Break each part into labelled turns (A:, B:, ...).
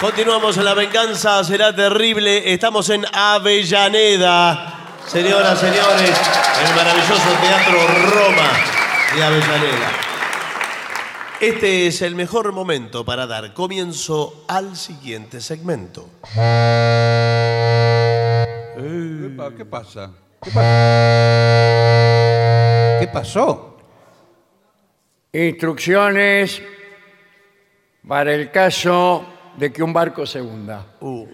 A: Continuamos en la venganza, será terrible. Estamos en Avellaneda, señoras, señores, en el maravilloso Teatro Roma de Avellaneda. Este es el mejor momento para dar comienzo al siguiente segmento.
B: Epa,
C: Mm.
B: ¿Qué pasa? ¿Qué pasa? ¿Qué pasó?
C: Instrucciones para el caso de que un barco se hunda.
A: Uh,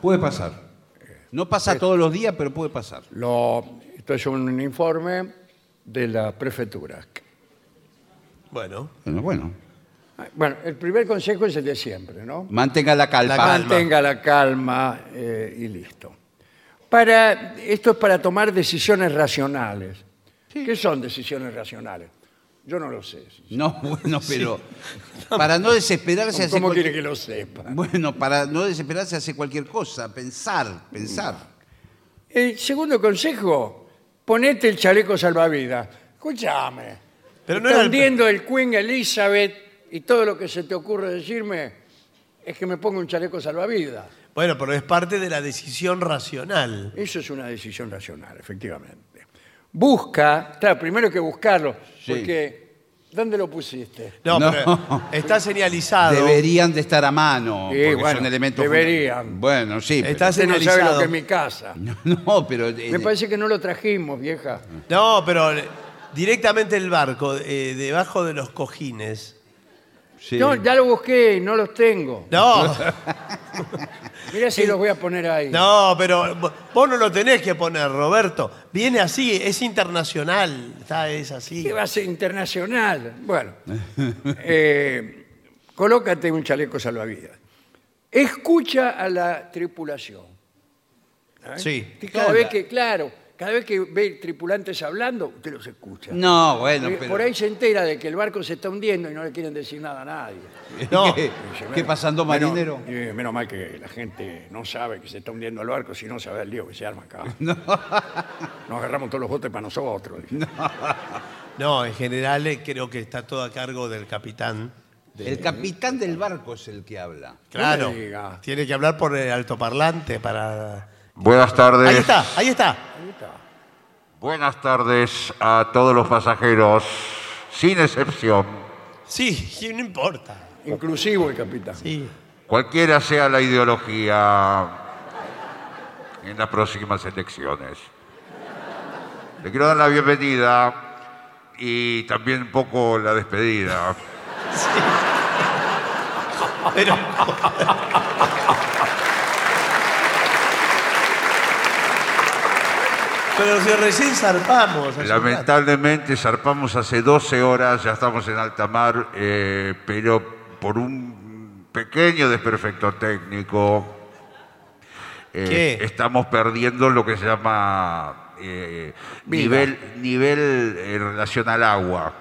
B: Puede pasar.
C: Eh,
B: No pasa todos los días, pero puede pasar.
C: Lo, esto es un informe de la prefectura.
A: bueno,
B: Bueno, bueno.
C: Bueno, el primer consejo es el de siempre, ¿no?
B: Mantenga la calma.
C: Mantenga la calma eh, y listo. Para, esto es para tomar decisiones racionales. ¿Qué son decisiones racionales? Yo no lo sé.
B: No, bueno, pero para no desesperarse hace
C: ¿Cómo
B: cual-
C: quiere que lo sepa?
B: Bueno, para no desesperarse hace cualquier cosa, pensar, pensar.
C: El segundo consejo, ponete el chaleco salvavidas. Escúchame.
A: Pero no
C: está
A: era el-
C: hundiendo el Queen Elizabeth y todo lo que se te ocurre decirme es que me ponga un chaleco salvavidas.
A: bueno, pero es parte de la decisión racional.
C: Eso es una decisión racional, efectivamente. Busca, claro, primero hay que buscarlo,
B: Sí.
C: porque ¿dónde lo pusiste?
A: No,
B: No.
A: pero está señalizado.
B: Deberían de estar a mano,
C: Sí,
B: porque
C: bueno,
B: son elementos
C: deberían.
B: funda- Bueno, sí. pero-
A: Está
C: Usted no sabe lo
A: señalizado.
C: que es mi casa.
B: No, pero eh,
C: Me parece que no lo trajimos, vieja.
A: No, pero directamente el barco, eh, debajo de los cojines.
B: sí.
C: No, ya lo busqué y no los tengo.
A: No,
C: Mira si los voy a poner ahí.
A: no, pero vo- vos no lo tenés que poner, Roberto. Viene así, es internacional, está, es así.
C: ¿Qué va a ser internacional? Bueno, eh, colócate un chaleco salvavidas. Escucha a la tripulación. ¿eh?
A: Sí.
C: Que Cada vez que, claro, cada vez que ve tripulantes hablando, usted los escucha.
B: No, bueno,
C: Eh,
B: pero.
C: Por ahí se entera de que el barco se está hundiendo y no le quieren decir nada a nadie.
A: No.
B: ¿Qué,
C: Dice,
B: qué
C: bueno,
B: pasando,
C: menos-
B: marinero?
C: eh, menos mal que la gente no sabe que se está hundiendo el barco, si no sabe el lío que se arma acá. Nos agarramos todos los botes para nosotros. dice.
A: No, en general eh, creo que está todo a cargo del capitán.
B: El capitán del barco es el que habla.
A: Claro.
C: me diga.
A: Tiene que hablar por el altoparlante para.
D: Buenas tardes.
A: Ahí está, ahí está.
C: Ahí está.
D: Buenas tardes a todos los pasajeros, sin excepción.
A: Sí, y no importa.
C: Inclusivo el capitán.
A: Sí.
D: Cualquiera sea la ideología en las próximas elecciones. Le quiero dar la bienvenida y también un poco la despedida.
A: Pero, pero si recién zarpamos. hace un rato.
D: Lamentablemente zarpamos hace 12 horas, ya estamos en alta mar, eh, pero por un pequeño desperfecto técnico eh,
A: ¿Qué?
D: estamos perdiendo lo que se llama eh, nivel, nivel eh, en relación al agua.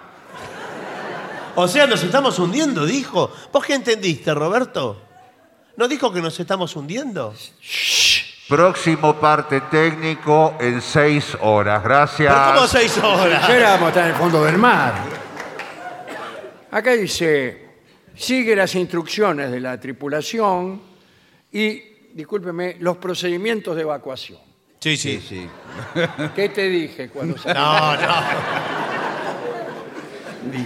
A: O sea, nos estamos hundiendo, dijo. ¿Vos qué entendiste, Roberto? ¿No dijo que nos estamos hundiendo?
D: Próximo parte técnico en 6 horas. Gracias.
A: ¿Pero cómo seis
C: Ya
A: horas?
C: éramos estar en el fondo del mar. Acá dice, sigue las instrucciones de la tripulación y, discúlpeme, los procedimientos de evacuación.
A: Sí,
B: Sí, sí.
C: ¿Qué te dije cuando salí?
A: No, no.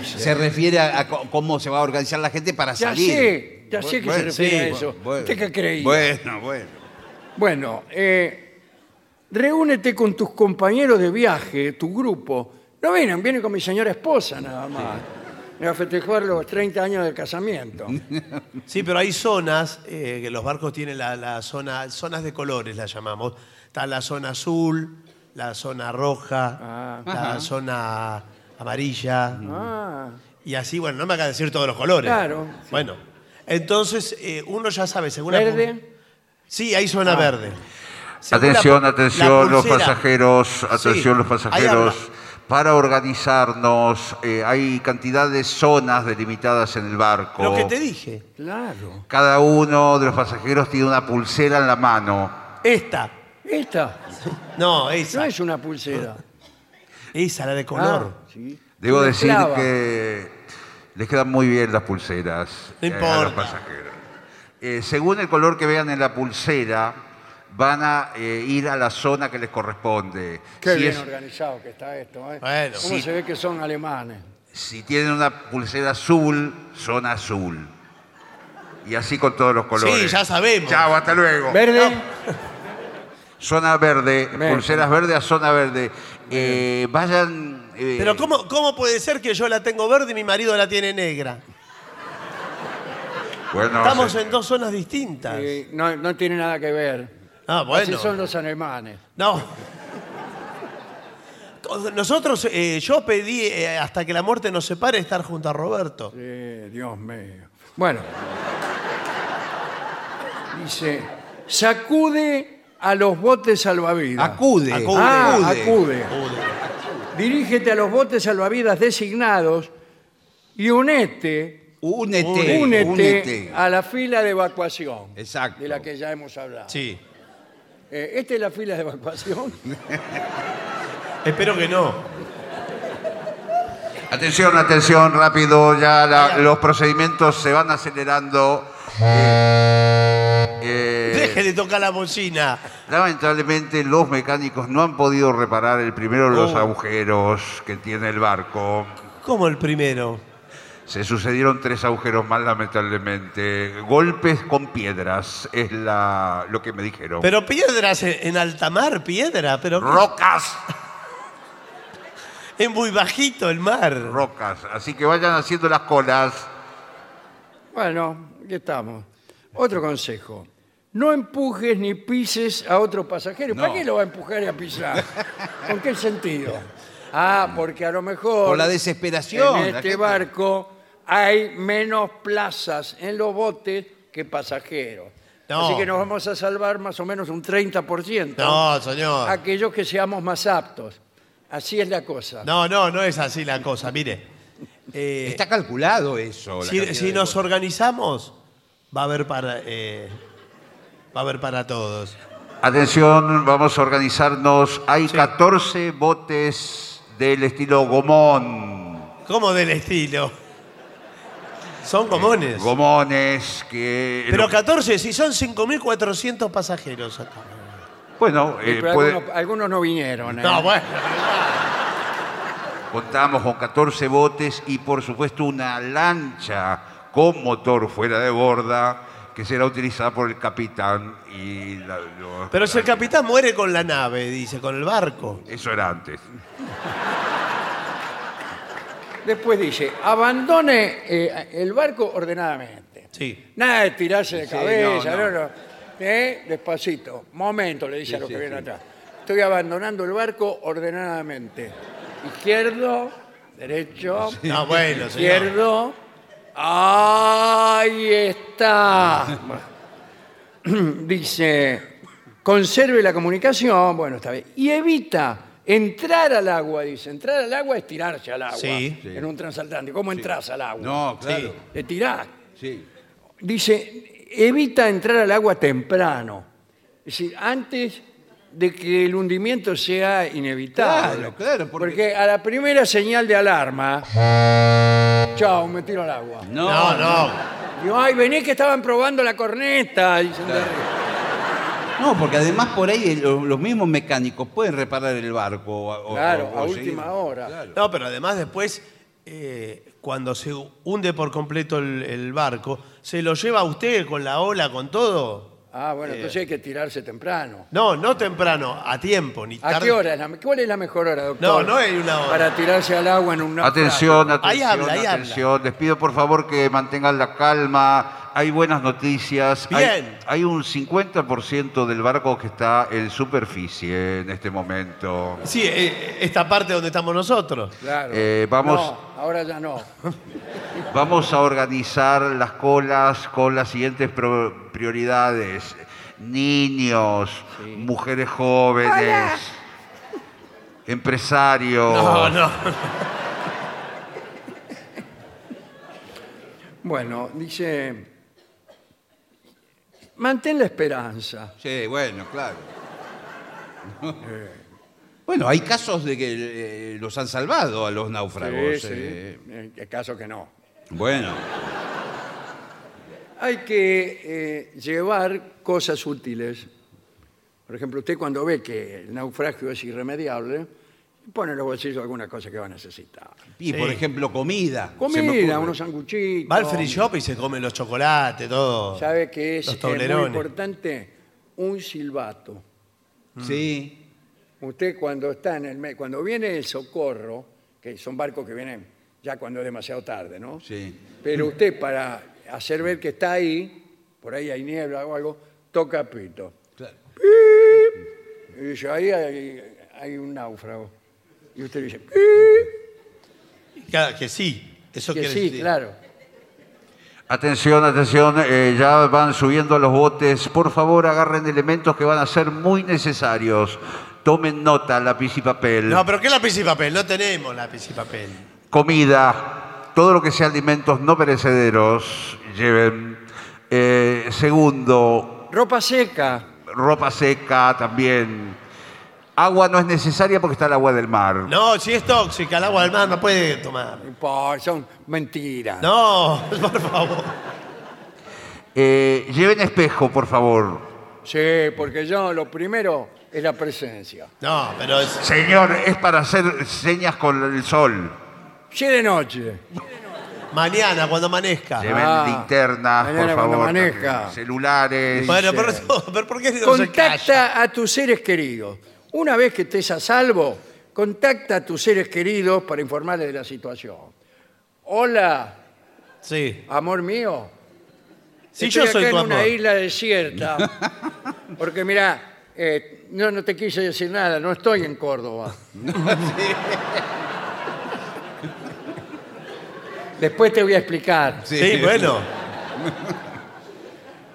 B: Se refiere a, a co- cómo se va a organizar la gente para
C: Ya
B: salir.
C: sé, ya sé que se refiere a eso. ¿Usted qué creía?
B: Bueno, bueno.
C: Bueno, eh, reúnete con tus compañeros de viaje, tu grupo. No vienen, vienen con mi señora esposa nada más. Me va a festejar los 30 años de casamiento.
A: Sí, pero hay zonas, eh, que los barcos tienen la, la zona, zonas de colores, las llamamos. Está la zona azul, la zona roja,
C: Ah.
A: la zona amarilla.
C: Ah,
A: Y así, bueno, no me hagas decir todos los colores.
C: Claro, sí.
A: Bueno, entonces eh, uno ya sabe, según la pu-
C: verde. Ah.
A: Sí, hay zona verde. Según la
D: Atención,
A: pu- la
D: atención los
A: pulsera.
D: pasajeros, atención los
A: ahí habla.
D: pasajeros. Para organizarnos, eh, hay cantidad de zonas delimitadas en el barco.
A: Lo que te dije,
C: Claro.
D: Cada uno de los pasajeros tiene una pulsera en la mano.
A: esta.
C: Esta
A: No,
C: no
A: esa.
C: es una pulsera.
A: Esa, la de color.
C: Ah, sí.
D: Debo
C: Una
D: decir
C: clava.
D: que Les quedan muy bien las pulseras
A: No
D: eh, a los
A: importa.
D: pasajeros. Eh, según el color que vean en la pulsera, van a eh, ir a la zona que les corresponde.
C: Qué
D: Si
C: bien
D: es-
C: organizado que está esto. ¿eh?
A: Bueno.
C: ¿Cómo
D: Sí.
C: se ve que son alemanes?
D: Si tienen una pulsera azul, zona azul. Y así con todos los colores.
A: Sí, ya sabemos.
D: Chao, hasta luego.
C: ¿Verde?
D: Zona verde,
C: Verde.
D: pulseras verdes a zona verde. Eh, vayan. eh,
A: Pero ¿cómo, ¿cómo puede ser que yo la tengo verde y mi marido la tiene negra?
D: bueno,
A: Estamos
D: se-
A: en dos zonas distintas.
C: Eh, no, no tiene nada que ver.
A: Ah,
C: Así
A: bueno.
C: son los alemanes.
A: No. Nosotros, eh, yo pedí eh, hasta que la muerte nos separe estar junto a Roberto.
C: Eh, Dios mío. Bueno. Dice, sacude a los botes salvavidas.
B: Acude.
A: Acude.
C: Ah,
B: Acude.
C: acude. Dirígete a los botes salvavidas designados y unete,
B: Únete.
C: únete,
B: únete.
C: a la fila de evacuación.
B: Exacto.
C: De la que ya hemos hablado.
A: Sí.
C: Eh, ¿Esta es la fila de evacuación?
A: Espero que no.
D: Atención, atención, rápido. Ya la- los procedimientos se van acelerando. Eh, eh,
A: Deje de tocar la bocina.
D: Lamentablemente los mecánicos no han podido reparar el primero de los
A: Oh.
D: agujeros que tiene el barco.
A: ¿Cómo el primero?
D: Se sucedieron tres agujeros más, lamentablemente. Golpes con piedras, es la, lo que me dijeron.
A: Pero piedras en, en alta mar, piedra, pero
D: Rocas,
A: es muy bajito el mar.
D: rocas. Así que vayan haciendo las colas.
C: Bueno, aquí estamos. Otro consejo. No empujes ni pises a otro pasajero. ¿Para
B: No.
C: qué lo va a empujar y a pisar? ¿Con qué sentido? Ah, porque a lo mejor...
B: Por la desesperación.
C: En
B: la
C: este
B: gente-
C: barco hay menos plazas en los botes que pasajeros.
A: No.
C: Así que nos vamos a salvar más o menos un 30%
A: No, señor.
C: aquellos que seamos más aptos. Así es la cosa.
A: No, no, no es así la cosa. Mire, Eh,
B: Está calculado eso. la
A: si,
B: cantidad
A: si
B: de
A: nos
B: votos.
A: organizamos, va a haber para, eh, va a haber para todos.
D: Atención, vamos a organizarnos. Hay 14 botes del estilo gomón.
A: ¿Cómo del estilo? Son comunes.
D: Gomones que...
A: Pero 14, si son 5.400 pasajeros acá.
D: bueno,
C: Sí,
D: eh,
C: pero
D: puede-
C: algunos, algunos no vinieron. ¿eh?
A: No, bueno.
D: Contamos con 14 botes y por supuesto una lancha con motor fuera de borda que será utilizada por el capitán y la- los-
A: Pero si el capitán muere con la nave, dice, con el barco.
D: eso era antes.
C: Después dice, abandone eh, el barco ordenadamente.
A: Sí.
C: Nada de tirarse de
B: Sí,
C: cabeza,
B: no,
C: no,
B: no.
C: no. Eh, Despacito, momento, le dice a los que vienen atrás. Estoy abandonando el barco ordenadamente. Izquierdo, derecho,
A: No, bueno, señor.
C: izquierdo. Ahí está. Dice, conserve la comunicación, bueno, está bien. Y evita entrar al agua, dice. Entrar al agua es tirarse al agua.
A: Sí. Sí.
C: En un transatlántico. ¿Cómo entras al agua?
B: No, claro.
C: Te tirás
B: Sí.
C: dice, evita entrar al agua temprano. Es decir, antes de que el hundimiento sea inevitable.
B: Claro, claro, porque-
C: a la primera señal de alarma, chao, me tiro al agua.
A: No, no.
C: Digo, ay, vení que estaban probando la corneta. dicen de arriba.
B: No, porque además por ahí eh, lo- los mismos mecánicos pueden reparar el barco. o- o-
C: Claro,
B: o
C: a
B: seguir.
C: última hora.
A: No, pero además después, eh, cuando se hunde por completo el, el barco, ¿se lo lleva a usted con la ola, con todo?
C: Ah, bueno, entonces hay que tirarse temprano.
A: No, no temprano, a tiempo, ni
C: ¿A
A: tarde.
C: qué hora? es la me- ¿Cuál es la mejor hora,
A: No,
C: doctor?
A: no hay una hora.
C: Para tirarse al agua en un naufragio?
D: Atención,
A: Ahí
D: atención,
A: habla, ahí
D: atención. Les pido por favor que mantengan la calma. Hay buenas noticias. Hay-
A: Bien.
D: Hay, un 50% del barco que está en superficie en este momento.
A: Sí, eh, esta parte donde estamos nosotros.
C: Claro.
D: Eh, vamos-
C: No, ahora ya no.
D: Vamos a organizar las colas con las siguientes pro- prioridades. Niños, mujeres jóvenes, empresarios.
A: No, no.
C: Bueno, dice, mantén la esperanza.
B: Sí, bueno, claro.
C: Eh.
B: Bueno, hay casos de que eh, los han salvado a los náufragos.
C: Sí, sí.
B: eh.
C: Eh, que caso que no.
B: Bueno,
C: Hay que eh, llevar cosas útiles. Por ejemplo, usted cuando ve que el naufragio es irremediable, pone en los bolsillos alguna cosa que va a necesitar.
B: y por ejemplo, comida. se me ocurre.
C: Comida, unos sanguchitos.
A: Va al free shop y se come los chocolates, todo.
C: Sabe que es,
A: Los
C: eh, muy
A: Toblerones.
C: importante un silbato.
B: Sí.
C: Usted cuando está en el me- cuando viene el socorro, que son barcos que vienen ya cuando es demasiado tarde, ¿no?
B: Sí.
C: Pero usted para hacer ver que está ahí, por ahí hay niebla o algo, toca pito.
B: Claro.
C: Pip. Y dice, ahí hay, hay un náufrago. Y usted dice, pip,
A: Claro, que sí. Eso
C: que
A: quiere
C: sí,
A: decir.
C: claro.
D: Atención, atención, eh, ya van subiendo los botes. Por favor, agarren elementos que van a ser muy necesarios. Tomen nota, lápiz y papel.
A: No, pero ¿qué lápiz y papel? No tenemos lápiz y papel.
D: Comida, todo lo que sea alimentos no perecederos, lleven. Eh, segundo,
C: Ropa seca.
D: ropa seca también. Agua no es necesaria porque está el agua del mar.
A: No, si es tóxica, el agua del mar no puede tomar.
C: Po, son mentiras.
A: No, por favor.
D: Eh, lleven espejo, por favor.
C: Sí, porque yo lo primero es la presencia.
A: No, pero es.
D: Señor, es para hacer señas con el sol.
C: Sí de noche.
A: Mañana, cuando amanezca.
D: Lleven
C: Ah,
D: linternas,
C: mañana
D: por
C: cuando
D: favor.
C: amanezca.
D: Celulares.
A: Bueno,
C: Sí.
A: pero, no, pero ¿por qué no se calla?
C: Contacta a tus seres queridos. Una vez que estés a salvo, contacta a tus seres queridos para informarles de la situación. Hola,
A: Sí.
C: amor mío.
A: Si
C: Estoy
A: yo soy
C: acá
A: tu
C: en
A: amor.
C: una isla desierta. Porque mira, no, no te quise decir nada, no estoy en Córdoba. Después te voy a explicar.
A: Sí, bueno.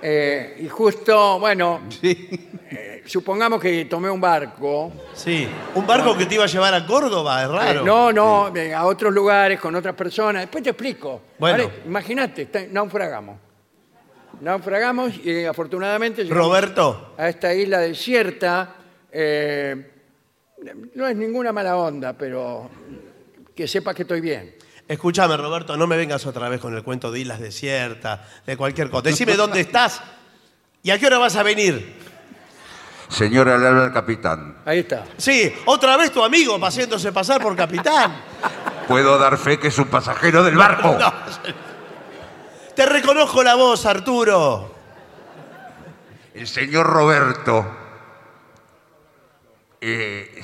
C: Eh, y justo, bueno,
B: Sí.
C: eh, supongamos que tomé un barco.
A: Sí. Un barco que te iba a llevar a Córdoba, es raro.
C: No, no, eh, a otros lugares, con otras personas. Después te explico.
A: Bueno.
C: Ahora, Imagínate, está- naufragamos. Naufragamos y eh, afortunadamente llegamos
A: Roberto.
C: a esta isla desierta. eh, no es ninguna mala onda, pero que sepas que estoy bien.
A: Escúchame, Roberto, no me vengas otra vez con el cuento de islas desiertas, de cualquier cosa. Decime dónde estás y a qué hora vas a venir.
D: Señor, al habla el capitán.
C: Ahí está.
A: Sí, otra vez tu amigo haciéndose pasar por capitán.
D: Puedo dar fe que es un pasajero del barco.
A: No. Te reconozco la voz, Arturo.
D: El señor Roberto. Eh,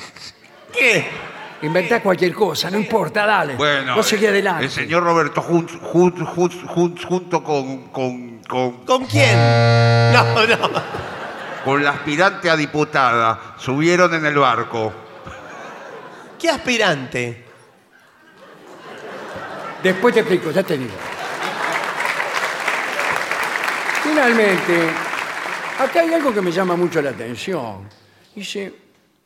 A: ¿Qué?
C: Inventás cualquier cosa, no importa, dale.
D: bueno. eh,
C: Vos seguí adelante.
D: El señor Roberto jun- jun- jun- jun- junto con, con, con,
A: ¿Con quién? No, no.
D: con la aspirante a diputada subieron en el barco.
A: ¿Qué aspirante?
C: Después te explico, ya te digo. Finalmente, acá hay algo que me llama mucho la atención. Dice,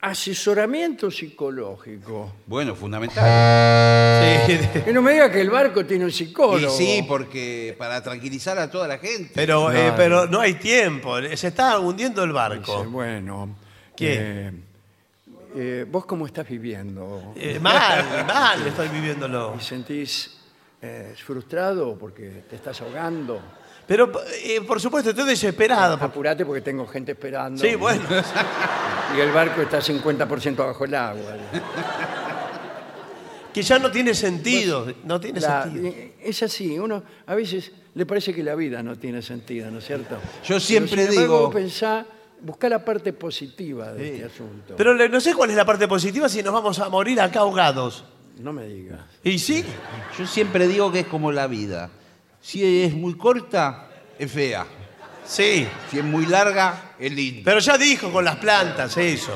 C: asesoramiento psicológico.
B: Bueno, fundamental.
A: Sí.
C: Que no me diga que el barco tiene un
B: Y
C: psicólogo.
B: sí, porque para tranquilizar a toda la gente.
A: Pero, eh, pero no hay tiempo. Se está hundiendo el
C: Dice,
A: barco.
C: bueno,
A: ¿Qué?
C: eh, eh, ¿Vos cómo estás viviendo?
A: Eh, mal, mal estoy viviéndolo.
C: ¿Te sentís eh, frustrado porque te estás ahogando?
A: Pero, eh, por supuesto, estoy desesperado. por-
C: Apurate porque tengo gente esperando.
A: Sí, bueno.
C: Y el barco está 50% bajo el agua.
A: Que ya no tiene sentido. No tiene
C: Pues, La-
A: sentido.
C: eh, es así, uno a veces le parece que la vida no tiene sentido, ¿no es cierto?
B: Yo siempre
C: Pero, sin embargo,
B: digo-
C: vos pensá, buscá la parte positiva de este asunto.
A: Pero le- no sé cuál es la parte positiva si nos vamos a morir acá ahogados.
C: No me digas.
A: ¿Y sí?
B: Yo siempre digo que es como la vida. Si es muy corta, es fea.
A: Sí.
B: Si es muy larga, es linda.
A: Pero ya dijo con las plantas eso.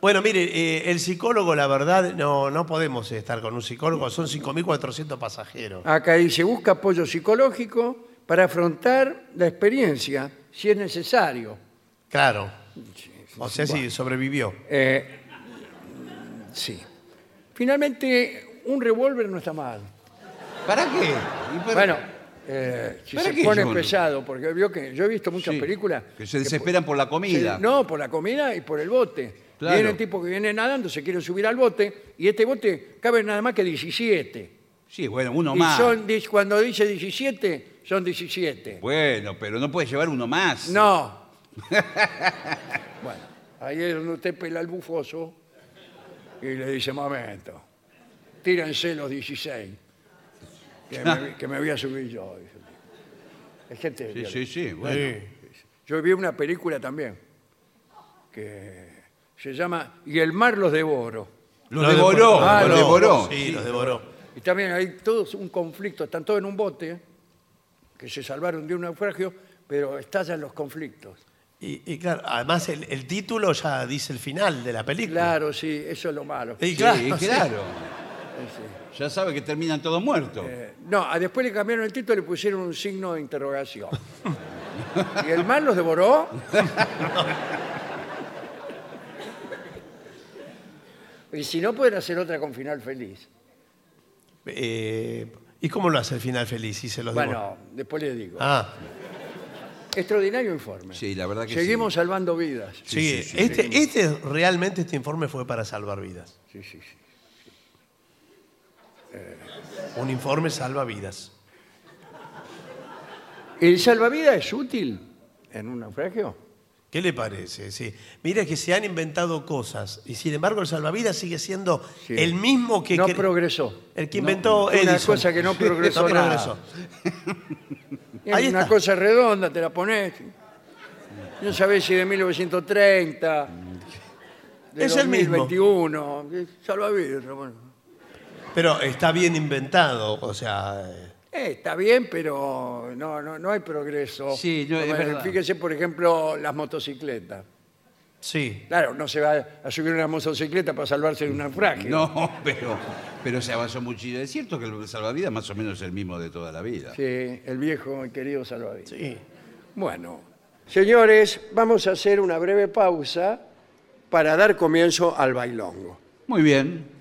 A: Bueno, mire, eh, el psicólogo, la verdad, no, no podemos estar con un psicólogo, son 5.400 pasajeros.
C: Acá dice, busca apoyo psicológico para afrontar la experiencia, si es necesario.
A: Claro. O sea, sí, sobrevivió.
C: Eh, sí. Finalmente, un revólver no está mal.
B: ¿Para qué? ¿Y para-
C: Bueno, eh, si
B: ¿Para
C: se
B: qué
C: pone
B: yo no?
C: pesado, porque vio que yo he visto muchas
B: Sí,
C: películas
B: Que se desesperan por la comida.
C: Sí, no, por la comida y por el bote.
B: Claro.
C: Viene el tipo que viene nadando, se quiere subir al bote, y este bote cabe nada más que 17.
B: Sí, bueno, uno
C: Y
B: más.
C: son, di- cuando dice 17, son 17.
B: Bueno, pero no puede llevar uno más.
C: No. bueno, ahí es donde usted pela el bufoso y le dice, momento, tírense los 16, que me, que me voy a subir yo. dice. Es gente
B: Sí,
C: violenta.
B: sí, sí. Bueno.
C: Yo vi una película también que se llama Y el mar los devoró.
B: Lo,
A: Los
B: devoró,
C: Ah,
B: lo
C: no.
B: devoró.
A: Sí, los devoró.
C: Y también hay todo un conflicto, están todos en un bote que se salvaron de un naufragio, pero estallan los conflictos.
A: Y, y claro, además el, el título ya dice el final de la película.
C: Claro, sí, eso es lo malo.
A: Y
B: Sí,
A: claro,
B: claro.
A: sí.
B: Ya sabe que terminan todos muertos.
C: Eh, no, a- después le cambiaron el título y le pusieron un signo de interrogación. ¿Y el mar los devoró? y si no, pueden hacer otra con final feliz.
A: Eh, ¿Y cómo lo hace el final feliz si se los devoró?
C: Bueno, después les digo.
A: Ah,
C: Extraordinario informe.
B: Sí, la verdad que sí.
C: Seguimos salvando vidas.
A: sí, este, este realmente este informe fue para salvar vidas.
C: Sí, sí, sí.
A: Un informe salva vidas.
C: ¿El salvavidas es útil en un naufragio?
A: ¿Qué le parece? Sí. Mira que se han inventado cosas y sin embargo el salvavidas sigue siendo
C: Sí.
A: el mismo que
C: no
A: cre-
C: progresó.
A: el que inventó
C: Una
A: Edison.
C: cosa que no progresó
A: No
C: nada.
A: progresó.
C: Es
A: Ahí
C: una
A: está.
C: cosa redonda, te la pones. No sabés si de 1930, de
A: Es el mismo.
C: 2021, salvavidas. bueno.
A: Pero está bien inventado, o sea, eh,
C: Eh, está bien, pero no, no, no hay progreso.
B: Sí, no, es
C: Bueno,
B: verdad.
C: Fíjese, por ejemplo, las motocicletas.
A: sí.
C: Claro, no se va a subir una motocicleta para salvarse de un naufragio.
B: No, pero, pero se avanzó muchísimo. Es cierto que el salvavidas más o menos es el mismo de toda la vida.
C: Sí, el viejo y querido salvavidas.
A: Sí.
C: Bueno, señores, vamos a hacer una breve pausa para dar comienzo al bailongo.
B: Muy bien.